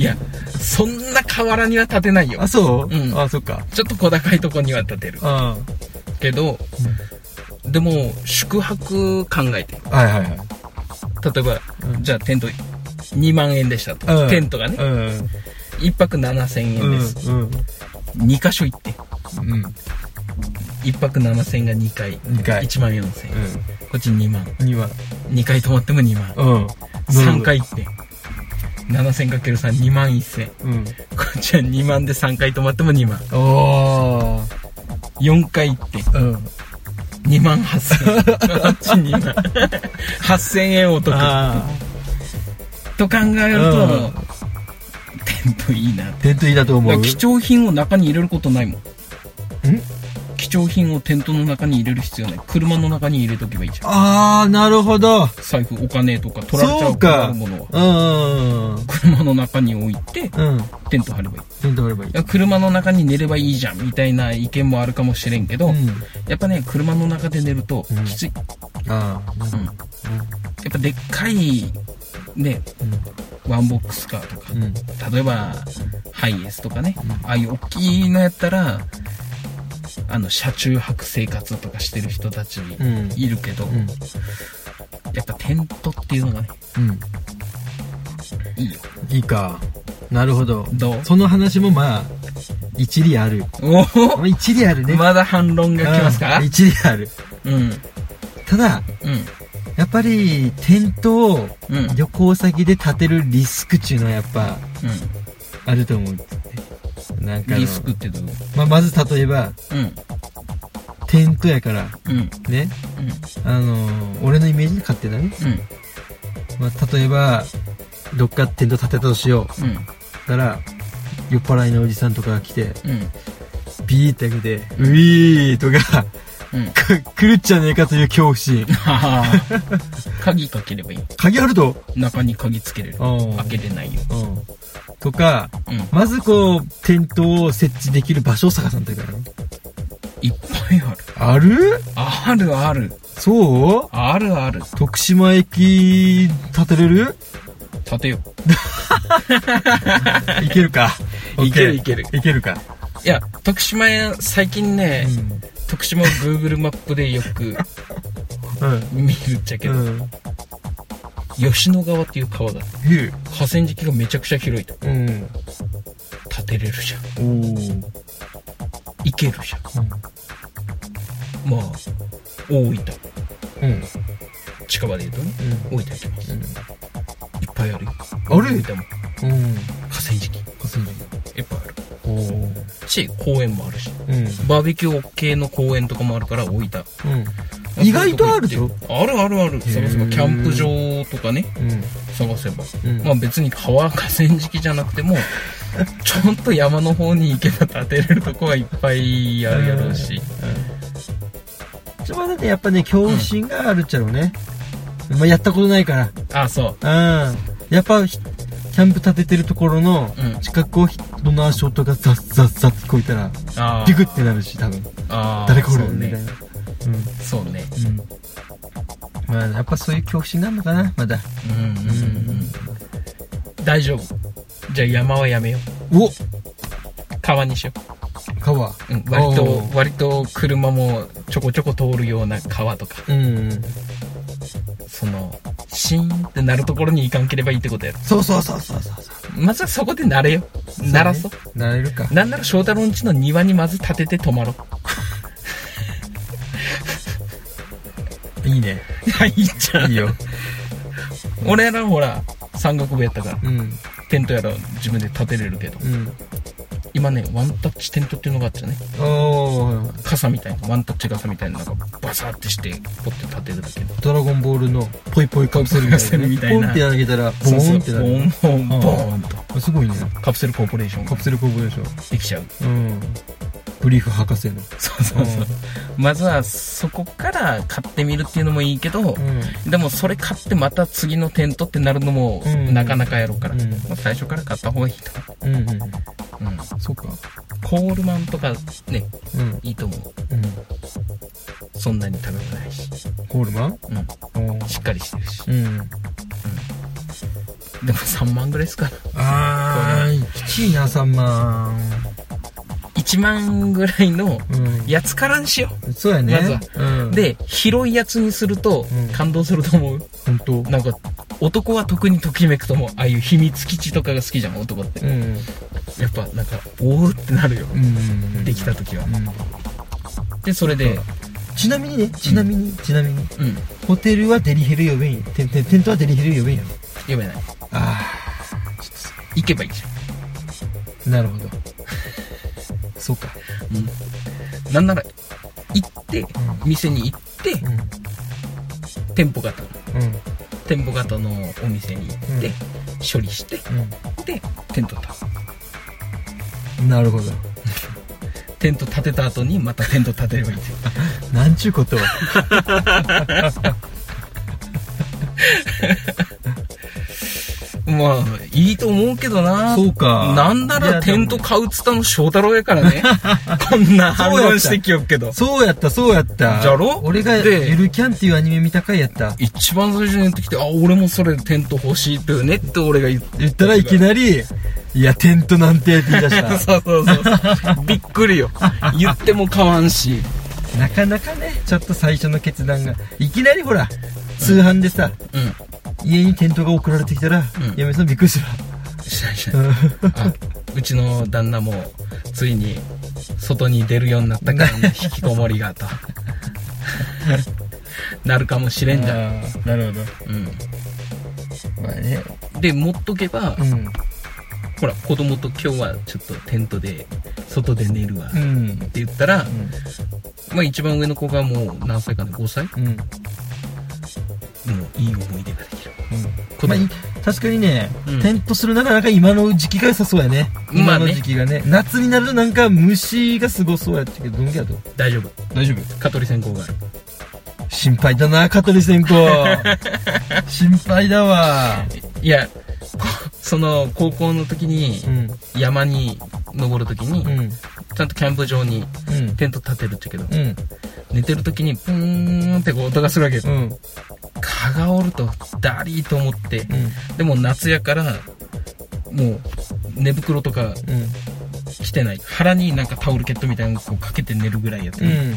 A: いやそんな河原には立てないよ
B: あ、そう
A: うん
B: あ、そっか。
A: ちょっと小高いとこには立てる
B: あ
A: けど、でも宿泊考えて
B: はいはいはい。
A: 例えば、
B: うん
A: じゃあテント2万円でしたと、
B: うん
A: テントがね、
B: うん。
A: 一1泊7000
B: う
A: 円
B: ん
A: です、。
B: うん。
A: 二2箇所行って
B: うん。
A: 1泊7000円が2回
B: 二回。
A: 1万4000円、こっち2万
B: うん。二万。
A: 2回泊まっても2万、
B: うん。
A: 三3回行って7000かける32万1000
B: うん。
A: こっちは2万で3回泊まっても2万
B: おー。
A: 4回行って
B: うん。
A: 2万8000円こっち2万8000円お得
B: あ
A: と考えると、
B: うん
A: テントいいな
B: あ。テントいいだと思
A: だか
B: う。
A: ら貴重品を中に入れることないもん
B: ん
A: 貴重品をテントの中に入れる必要ない車の中に入れとけばいいじゃん
B: あー、なるほど。
A: 財布お金とか取られちゃ
B: そうう
A: 困
B: か
A: るものは
B: うん。うん。
A: 車の中に置いてテント張ればいい
B: テントあればいい
A: だ。から車の中に寝ればいいじゃんみたいな意見もあるかもしれんけど、
B: うん。
A: やっぱね車の中で寝ると
B: うん
A: きつい、
B: あ
A: うんやっぱでっかいね
B: うん。
A: ワンボックスカーとか、
B: うん。
A: 例えばハイエースとかね、ああいう大きいのやったらあの車中泊生活とかしてる人たち
B: うん
A: いるけど、
B: うん。
A: やっぱテントっていうのがね
B: うん。
A: いいよ
B: いいか。なるほど。
A: どう
B: その話もまあ、一理ある。
A: お
B: まあ一理あるね。
A: おまだ反論が来ますか
B: うん一理ある。
A: うんうん
B: ただ、やっぱり、テントを
A: うんうん
B: 旅行先で建てるリスクっていうのはやっぱ、あると思う。なんかあの
A: リスクってどう
B: まあ、まず例えば、
A: うん
B: テントやから、
A: うん
B: ね。あのー俺のイメージで勝手だね。
A: うんうん
B: まあ、例えば、どっかテント建てたとしよう。
A: うん
B: たら、酔っ払いのおじさんとかが来て、
A: うん
B: ビーって開けて、ウィーと
A: う
B: か、
A: ん [LAUGHS]
B: く [LAUGHS] 狂っちゃねえかという恐怖心。
A: はは鍵かければいい
B: 鍵あると
A: 中に鍵つけれる
B: うん
A: 開けれないよ
B: うん。とか、
A: うん
B: まずこう、テントを設置できる場所を探さんといからね。
A: いっぱいある
B: ある
A: あるある
B: そう
A: あるある
B: 徳島駅、建て
A: [LAUGHS]
B: れる
A: 立てよ
B: いけるか。
A: いける
B: OK
A: いける
B: いけるか。
A: いや徳島屋最近ね、徳島を Google マップでよく
B: うん。
A: 見るっちゃけど、
B: うん。
A: 吉野川っていう川があって
B: ゆ
A: 河川敷がめちゃくちゃ広いと
B: うん。
A: 立てれるじゃん
B: おー。
A: 行けるじゃんまあ大分
B: うん。うん。
A: 近場で言うとね大分行きます、
B: うん
A: いっぱいあるよ
B: あ
A: 大
B: る
A: 分も
B: うん。
A: 河川敷いっぱいある
B: おー。
A: し公園もあるし
B: うん。
A: バーベキュー系の公園とかもあるから大分
B: 意外とあるよ。
A: あるあるある探せばキャンプ場とかね
B: うん。
A: 探せば、
B: うん
A: まあ別に川河川敷じゃなくてもちょっと山の方に行けば建てれるとこはいっぱいあるやろう
B: [LAUGHS]
A: し、
B: ちょまだね、やっぱね、恐怖心があるっちゃろうね。まあ、やったことないから。
A: あそう
B: うん。やっぱ、ひキャンプ立ててるところの
A: うん
B: 近くを人の足音がザッザッザッ聞こえたら、
A: あー
B: ビクってなるし、多分。
A: あー
B: 誰かおる
A: そう
B: みたいな。
A: ねそうね
B: うん。うん。まあ、やっぱそういう恐怖心なのかな、まだ。
A: うんうんうん大丈夫じゃあ山はやめよ
B: お
A: う川にしよ
B: 川。
A: う、うん、割と
B: おー
A: 割と車もちょこちょこ通るような川とか
B: うん。
A: そのシーンってなるところに行かんければいいってことやろ
B: そうそうそうそうそうそう。
A: まずはそこで慣れよ慣らそう
B: う。なれるか。
A: なんなら翔太郎んちの庭にまず建てて泊まろう。
B: いいね。
A: いや、いいじゃん。
B: い
A: [LAUGHS]
B: いよ。
A: 俺らほら、山岳部やったから、
B: うん。
A: テントやら自分で建てれるけど、
B: うん。
A: 今ね、ワンタッチテントっていうのがあってね、
B: おー、
A: 傘みたいな、ワンタッチ傘みたいな、なんかバサってして、ポッて建てるだけの。
B: ドラゴンボールのポイポイカプセルみたい
A: カ
B: なね。
A: プセルみたいな
B: ポンって投げたら、ボーンってな
A: ボ
B: る。
A: ーン、ボーン、
B: うん
A: ボーンと。
B: すごいね。
A: カプセルコーポレーション
B: カ
A: が
B: プセル工房でしょ。
A: できちゃう。
B: うん。ブリーフ博士の。
A: そうそうそう、まずはそこから買ってみるっていうのもいいけど、
B: うん。
A: でもそれ買ってまた次のテントってなるのも
B: うん
A: なかなかやろうから、
B: うん
A: まあ最初から買った方がいいとか、
B: うんうん。
A: うん、
B: そうか。
A: コールマンとかね
B: うん。
A: いいと思う
B: うん。
A: そんなに高くないし、
B: コールマン
A: うん、
B: うん
A: しっかりしてるし
B: うん。
A: でも3万ぐらいですから
B: あー、きちいな、3万。
A: 1万ぐらいの
B: うん。
A: やつからにしよ
B: そうやね。
A: まず
B: うん。
A: う、で広いやつにすると
B: うん
A: 感動すると思う、
B: 本当。
A: なんか男は特にときめくと思うああいう秘密基地とかが好きじゃん男って、
B: うん。
A: やっぱなんかおおってなるよ、
B: うん。
A: できた時は
B: うん。
A: でそれで
B: ちなみにね、ちなみに、ちなみに、
A: うん
B: ホテルはデリヘル呼べんよ。テンテンテントはデリヘル呼べんよ。
A: 読めない
B: あ
A: 行けばいいじゃ
B: ー、なるほど。 [LAUGHS] そうか。
A: ん、うん、なんなら行って店に行って
B: う
A: 店舗型
B: ん。うん。
A: 店舗型のお店に行って、
B: うん
A: 処理してでテント立つ
B: うん。なるほど。
A: テント立てた後にまたテント立てればいいんですよ
B: なんちゅうことを。
A: まあいいと思うけどな
B: そうか
A: なんない
B: や
A: ら
B: で
A: テ
B: も
A: ント買うっつったの翔太郎やから [LAUGHS] ねこんな反論してきよっけど
B: そうやった、そうやった。
A: じゃろ
B: 俺が、
A: で
B: ゆるキャンっていうアニメ見たかいやった。
A: 一番最初にやってきて、あ、俺もそれテント欲しいってねって俺が言って。 [LAUGHS]
B: 言ったらいきなり、いや、テントなんてって言い出し
A: [LAUGHS]
B: た。
A: そうそうそうそう。びっくりよ。言っても買わんし。
B: なかなかね、ちょっと最初の決断が。いきなりほら、通販でさ、
A: うん。
B: 家にテントが送られてきたら、
A: うん
B: 嫁さんびっくりするわ。
A: しないし
B: う
A: ない。
B: ん
A: あ、うちの旦那も、ついに、外に出るようになったから
B: [LAUGHS]
A: ね、引きこもりがと。なるかもしれんじゃん。
B: なるほ
A: う
B: ど。まあね。
A: ん。で、持っとけば、
B: うん。
A: ほら、子供と今日はちょっとテントで、外で寝るわ。
B: う
A: っ
B: ん。
A: て言ったら、まあ一番上の子がもう何歳かね、5歳
B: うん。うん。
A: もういい思い出ができる。子供
B: まあい確かにね、
A: うん
B: テントするならなんか今の時期が良さそうやね。
A: まあ
B: 今
A: ね
B: の時期がね。夏になるとなんか虫がすごそうやったけど、どんぐらいやと。
A: 大丈夫。
B: 大丈夫
A: 蚊取り線香がある。
B: 心配だな、香取線香。 [LAUGHS] 心配だわ。
A: いや、 [LAUGHS] こその、高校の時に
B: う、ん。
A: 山に登る時に、
B: うん。
A: ちゃんとキャンプ場に
B: うん。
A: テント立てるっちゃけど、
B: うん。
A: 寝てる時に、プーンってこう音がするわけよ。
B: うん。
A: 蚊がおると、ダリーと思って、でも夏やから、もう、寝袋とか
B: うん。
A: 着てない。腹になんかタオルケットみたいなのをこうかけて寝るぐらいやって、
B: うん。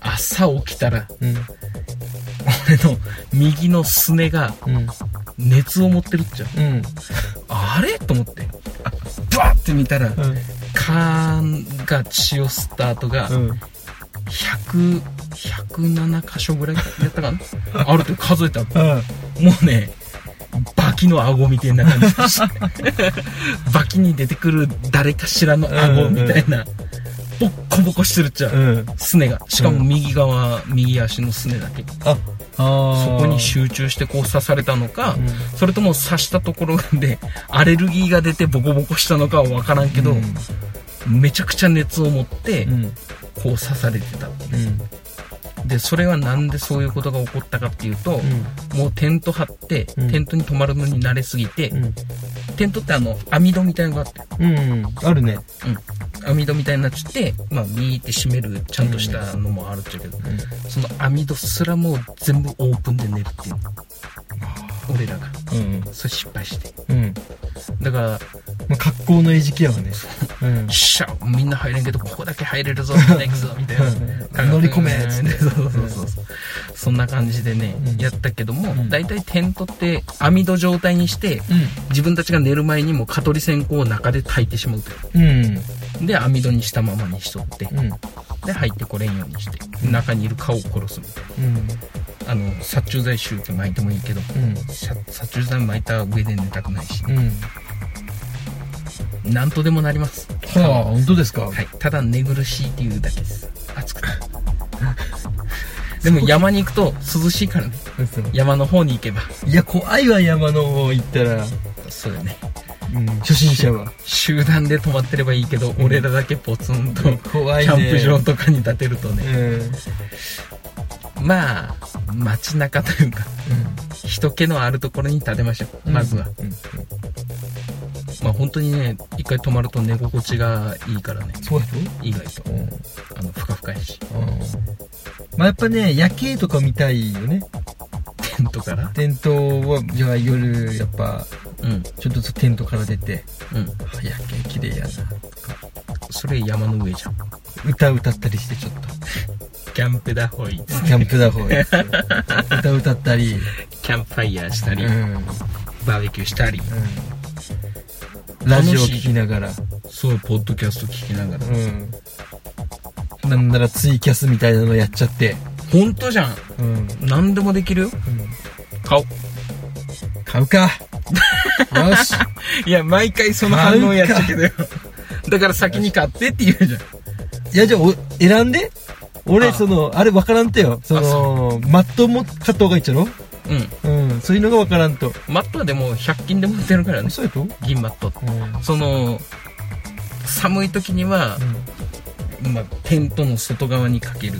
A: 朝起きたら、
B: うん。
A: 俺の右のすねが
B: うん。
A: 熱を持ってるっちゃ。
B: うん。
A: あれと思って、あバーって見たら、
B: うん。
A: 缶が血を吸った後が、
B: うん。
A: 100、107箇所ぐらいやったかな [LAUGHS] あるって数えたら、も
B: うん。
A: うね、バキの顎みたいな感じでした。 [LAUGHS] バキに出てくる誰かしらの顎みたいな、ボッコボコしてるっちゃう。
B: うん。
A: すねが。しかも右側、右足のすねだけ。
B: あ、あ
A: そこに集中してこう刺されたのか、それとも刺したところで [LAUGHS] アレルギーが出てボコボコしたのかは分からんけど、
B: うん。
A: めちゃくちゃ熱を持って
B: うん。。
A: こう刺されてたっていううんでそれはなんでそういうことが起こったかっていうと、もうテント張って
B: うん
A: テントに泊まるのに慣れすぎて、
B: うん。
A: テントってあの網戸みたいのがあって
B: うん。あるね。
A: 網戸みたいになっちゃってまあビーって閉めるちゃんとしたのもあるっちゃけど、その網戸すらもう全部オープンで寝るっていう俺らが
B: うん。
A: それ失敗して
B: うん。
A: だから
B: まあ、格好の餌食やわね。うん
A: よっ。しゃみんな入れんけどここだけ入れるぞみたいな行く
B: [LAUGHS]
A: ぞみたいな
B: 乗り込めっつって
A: そうそうそうそうそんな感じでね、
B: うん
A: やったけども
B: ん
A: 大体、テントって網戸状態にして自分たちが寝る前にもう蚊取り線香を中で炊いてしまうという
B: うん。
A: で網戸にしたままにしとって
B: うん。うん。
A: で入ってこれんようにして中にいる蚊を殺すみたい
B: うん。
A: なあの殺虫剤シューって巻いてもいいけど殺殺虫剤巻いた上で寝たくないし
B: うん。
A: なんとでもなります
B: はあ、本当ですか
A: はい、ただ寝苦しいっていうだけです暑くて [LAUGHS] でも山に行くと涼しいからね
B: 嘘
A: 山の方に行けば
B: いや、怖いわ、山の方行ったら。
A: そうよね
B: うん、初心者は。
A: 集団で泊まってればいいけど、俺らだけポツンと、
B: 怖い
A: キ
B: ね。
A: ャンプ場とかに立てるとね、
B: うん。うん。
A: まあ、街中というか、人気のあるところに建てましょう、まずは。
B: うん。
A: まあ本当にね、一回泊まると寝心地がいいからね、
B: そうだよ。
A: 意外と。
B: うん。
A: あの、ふかふかやし、
B: まあやっぱね、夜景とか見たいよね。
A: テントから。
B: テントは、じゃあ夜、やっぱ、
A: うん、
B: ちょっとずつテントから出て、
A: うん。
B: あ夜景綺麗やな。
A: それ山の上じゃん。
B: 歌歌ったりしてちょっと。
A: キャンプだほい。
B: キャンプだ方がい [LAUGHS] いですよ歌歌ったり。
A: キャンプファイヤーしたり、
B: うん。うん
A: バーベキューしたり、
B: ラジオ聞きながら。
A: そう、ポッドキャスト聞きながら。
B: うん。なんならツイキャスみたいなのやっちゃって。
A: 本当じゃん。
B: うん。うん
A: 何でもできるよ。買おう。
B: 買うか。よし。
A: いや、毎回その反応やっちゃうけどよ。だから先に買ってって言うじゃん。
B: いや、じゃあ、お選んで。俺、
A: あ
B: その、あれ分からんとよ。そ
A: あ
B: の、マットも買った方がいいっちゃろ
A: うん。
B: うん。そういうのが分からんと。
A: マットはでも100均でも売ってるからね。
B: そうやとうん。
A: 銀マットって。その、寒い時には、まあ、テントの外側にかける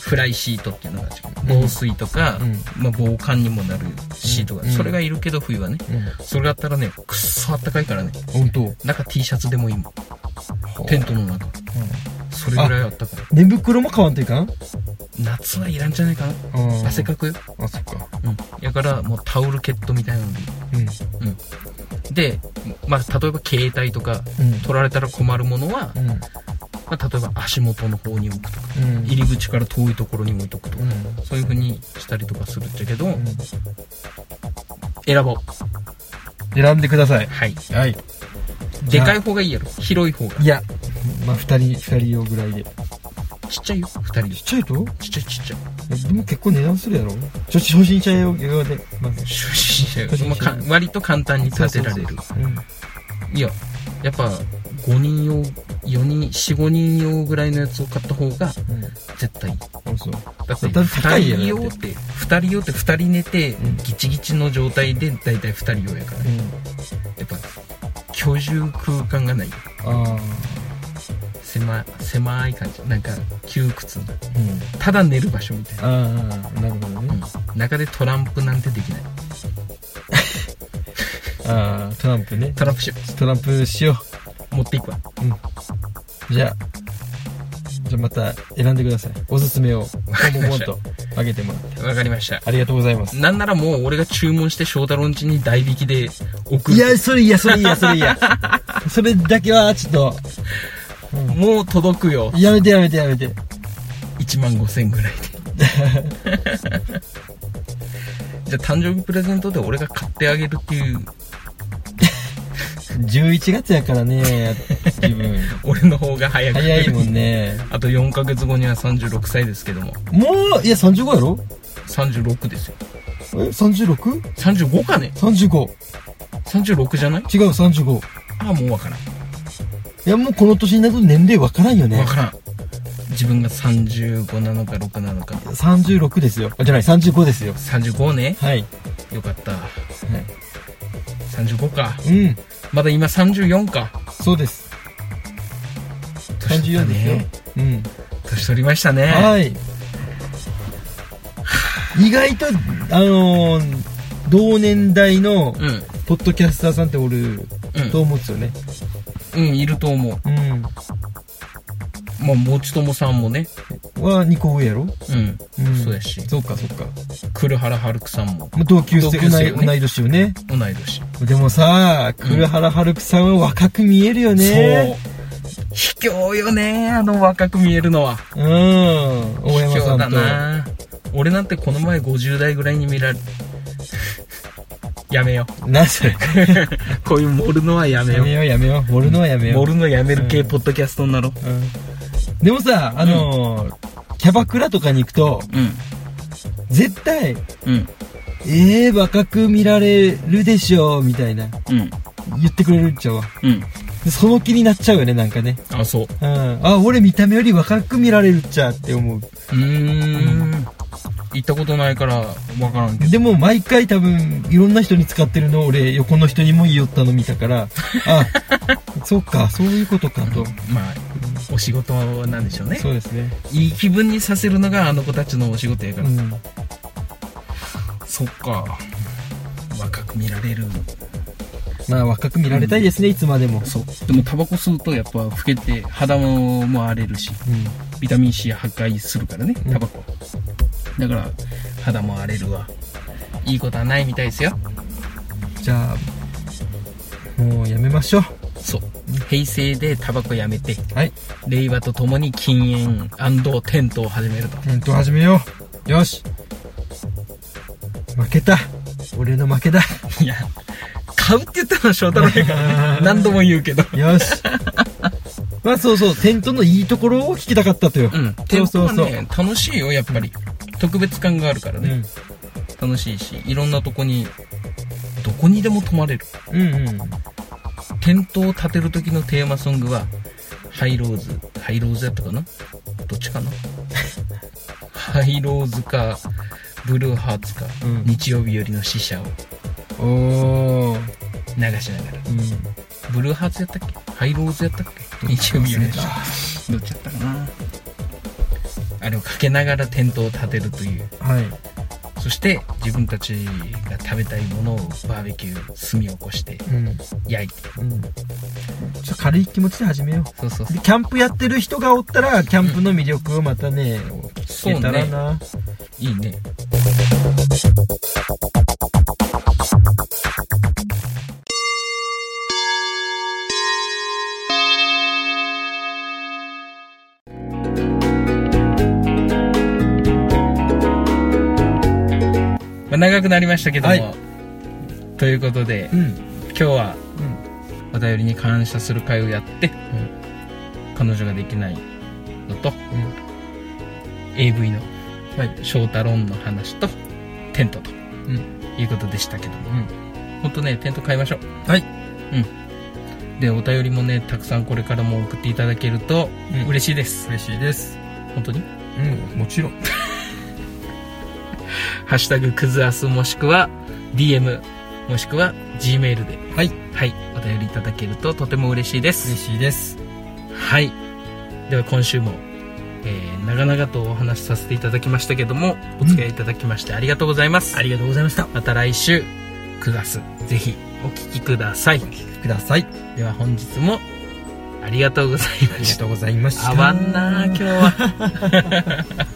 A: フライシートっていうのがある
B: うん
A: 防水とか、まあ、防寒にもなるシートがある、
B: うん
A: それがいるけど冬はね。それがあったらね、くっそあったかいからね。
B: うん。本
A: 中 T シャツでもいいもん。
B: 当。
A: テントの中。それぐらいあったかい。
B: 寝袋も買わんといかん
A: 夏はいらんじゃないかな。汗かくよ。
B: あ、そっか。
A: うん。やから、もうタオルケットみたいなのでいい。
B: うん。うん。
A: で、まあ、例えば携帯とか取られたら困るものは、
B: うん。
A: まあ、例えば足元の方に置くとか
B: うん。
A: 入り口から遠いところに置いとくとか、
B: うん。
A: そういう風にしたりとかするっちゃけど、
B: うん
A: 選ぼう
B: 選んでください。
A: はい
B: はい。
A: でかい方がいいやろ広い方が
B: いや、まあ、二人、二人用ぐらいで。
A: ちっちゃいよ2人で
B: ちっちゃいと
A: ちっちゃいちっちゃい
B: えでも結構値段するやろ初初心者用用で、まず。
A: 初心者
B: 初心者
A: よ、まあか、割と簡単に立てられる
B: うん。
A: いややっぱ5人用4人45人用ぐらいのやつを買った方が
B: うん。
A: 絶対いい
B: あそう。
A: だって
B: だって高
A: 2
B: いやろ
A: 人用って2人用って2人寝て
B: うん
A: ギチギチの状態で大体2人用やからね
B: うん。
A: やっぱ居住空間がない
B: ああ。
A: 狭狭い感じなんか窮屈な
B: うん。
A: ただ寝る場所みたいな、
B: ああ、なるほどね。
A: うん、中でトランプなんてできない
B: ああ、トランプね。
A: トランプしよ
B: トランプしよ
A: う持っていくわ
B: う。じゃあ、じゃあまた選んでください。おすすめを、ポンポンポンとあげてもらって。
A: わかりました
B: ありがとうございます。
A: なんならもう俺が注文して翔太郎んちに代引きで送
B: い
A: る
B: や、それいや、それいや、それいや。 [LAUGHS] それだけは、ちょっと、
A: もう届くよ
B: やめてやめてやめて。
A: 1万5000円ぐ
B: [LAUGHS]
A: らいでじゃあ誕生日プレゼントで俺が買ってあげるっていう
B: 11月やからね、自分。
A: 俺の方が早く
B: 早いもんね。
A: あと4ヶ月後には36歳ですけども
B: もう、いや、35やろ
A: 36ですよ
B: え ?36?35。
A: 35かね36じゃない
B: 違う、35。
A: ああもうわからん
B: いや、もうこの年になると年齢わからんよね
A: わ。からん自分が35なのか6なのか
B: 36ですよ。あじゃない、35ですよ。
A: 35ね
B: はい。
A: よかった35か
B: うん、
A: まだ今34か
B: そうです。
A: 年取った
B: 34ですよ
A: ね。
B: うん。
A: 年取りましたね
B: はい。意外と、あのー同年代
A: う
B: の
A: ん
B: ポッドキャスターさんっておると思うんですよね。
A: うん、うん、いると思
B: う
A: うまあもちともさんもね
B: ん。は2個上やろ
A: うん
B: うん。
A: そうやし
B: そうか、そうか。
A: 黒原春樹さんも
B: まあ同級生、
A: 同級生よ
B: 同
A: ね
B: い同い年よね。
A: 同い年
B: でもさ、黒原春樹さんは若く見えるよね。
A: そう卑怯よねあの若く見えるのは
B: そう。うん。大山さん
A: だ
B: と。
A: な俺なんてこの前50代ぐらいに見られやめよ
B: なそれ。
A: う [LAUGHS] こういう盛るのはやめ
B: や
A: よう
B: めようやめよう。盛るのはやめよう。
A: 盛るのやめる
B: う
A: 系
B: ん
A: ポッドキャストになろう
B: うんでもさ、あのーキャバクラとかに行くと、
A: う
B: 絶対、
A: んうん
B: えー、若く見られるでしょう、みたいな。
A: うん
B: 言ってくれるっちゃわ。
A: うん
B: でその気になっちゃうよね、なんかね。
A: あそう
B: うん。あ、俺見た目より若く見られるっちゃって思う。
A: うーん行ったことないからわからんけど
B: でも毎回多分いろんな人に使ってるのを俺横の人にも言いよったの見たから
A: [LAUGHS]
B: あそうかそういうことかと、
A: まあお仕事なんでしょうね
B: そうですね、
A: いい気分にさせるのがあの子たちのお仕事やか
B: う
A: ら、
B: ん、
A: そっか若く見られる
B: まあ若く見られたいですね、いつまでも
A: そうでもタバコ吸うとやっぱ老けて肌もも荒れるし
B: う
A: ビタミン C 破壊するからね
B: うん
A: タバコ、だから肌も荒れるわいいことはないみたいですよ
B: ん、じゃあもうやめましょう
A: そう平成でタバコやめて
B: はい
A: 令和とともに禁煙テントを始めると
B: テント始めようよし負けた俺の負けだ
A: いや買うって言ったのは翔太郎や [LAUGHS] からね何度も言うけど [LAUGHS]
B: よしまあそうそうテントのいいところを聞きたかったとよ、
A: うんテン
B: そ
A: ト
B: うそう
A: は
B: そう
A: ね楽しいよやっぱり特別感があるから
B: う
A: ね、
B: ん
A: 楽しいしいろんなとこにどこにでも泊まれる
B: うんうん
A: テントを建てる時のテーマソングはハイローズハイローズやったかなどっちかなハイローズかブルーハーツか、
B: うん
A: 日曜日よりの死者を
B: おー
A: 流しながら
B: うん
A: ブルーハーツやったっけハイローズやったっけ日曜日よりの死者どっちやったかなあれをかけながらテントを建てるという
B: はい。
A: そして自分たちが食べたいものをバーベキュー炭を起こして
B: うん。うん。
A: 焼いて
B: ちょっと軽い気持ちで始めよ
A: そうそう
B: う。で、キャンプやってる人がおったら、キャンプの魅力をまたね、聞けたらな。
A: いいねまあ長くなりましたけども、
B: はい
A: ということで
B: うん。
A: 今日はお便りに感謝する会をやって、彼女ができないのと、AV の
B: はい。
A: 翔太郎の話とテントと、
B: ん
A: いうことでしたけども、
B: うん
A: ほんとねテント買いましょう
B: はい
A: うんでお便りもねたくさんこれからも送っていただけると
B: うん
A: 嬉しいです、
B: 嬉しいです。
A: 本当に
B: うん、もちろん。
A: 「ハッシュタグクズアス」もしくは DM もしくは G メールで
B: はい。
A: はいお便りいただけるととても嬉しいです
B: 嬉しいです。
A: はいでは今週も、えー長々とお話しさせていただきましたけどもお付き合いいただきましてありがとうございます、
B: りがとうございました。
A: また来週9月ぜひお聞きください
B: ください。
A: では本日もありがとうござい
B: あ
A: ま
B: り
A: し
B: が
A: た
B: とうございました。
A: 合わんなあ今日は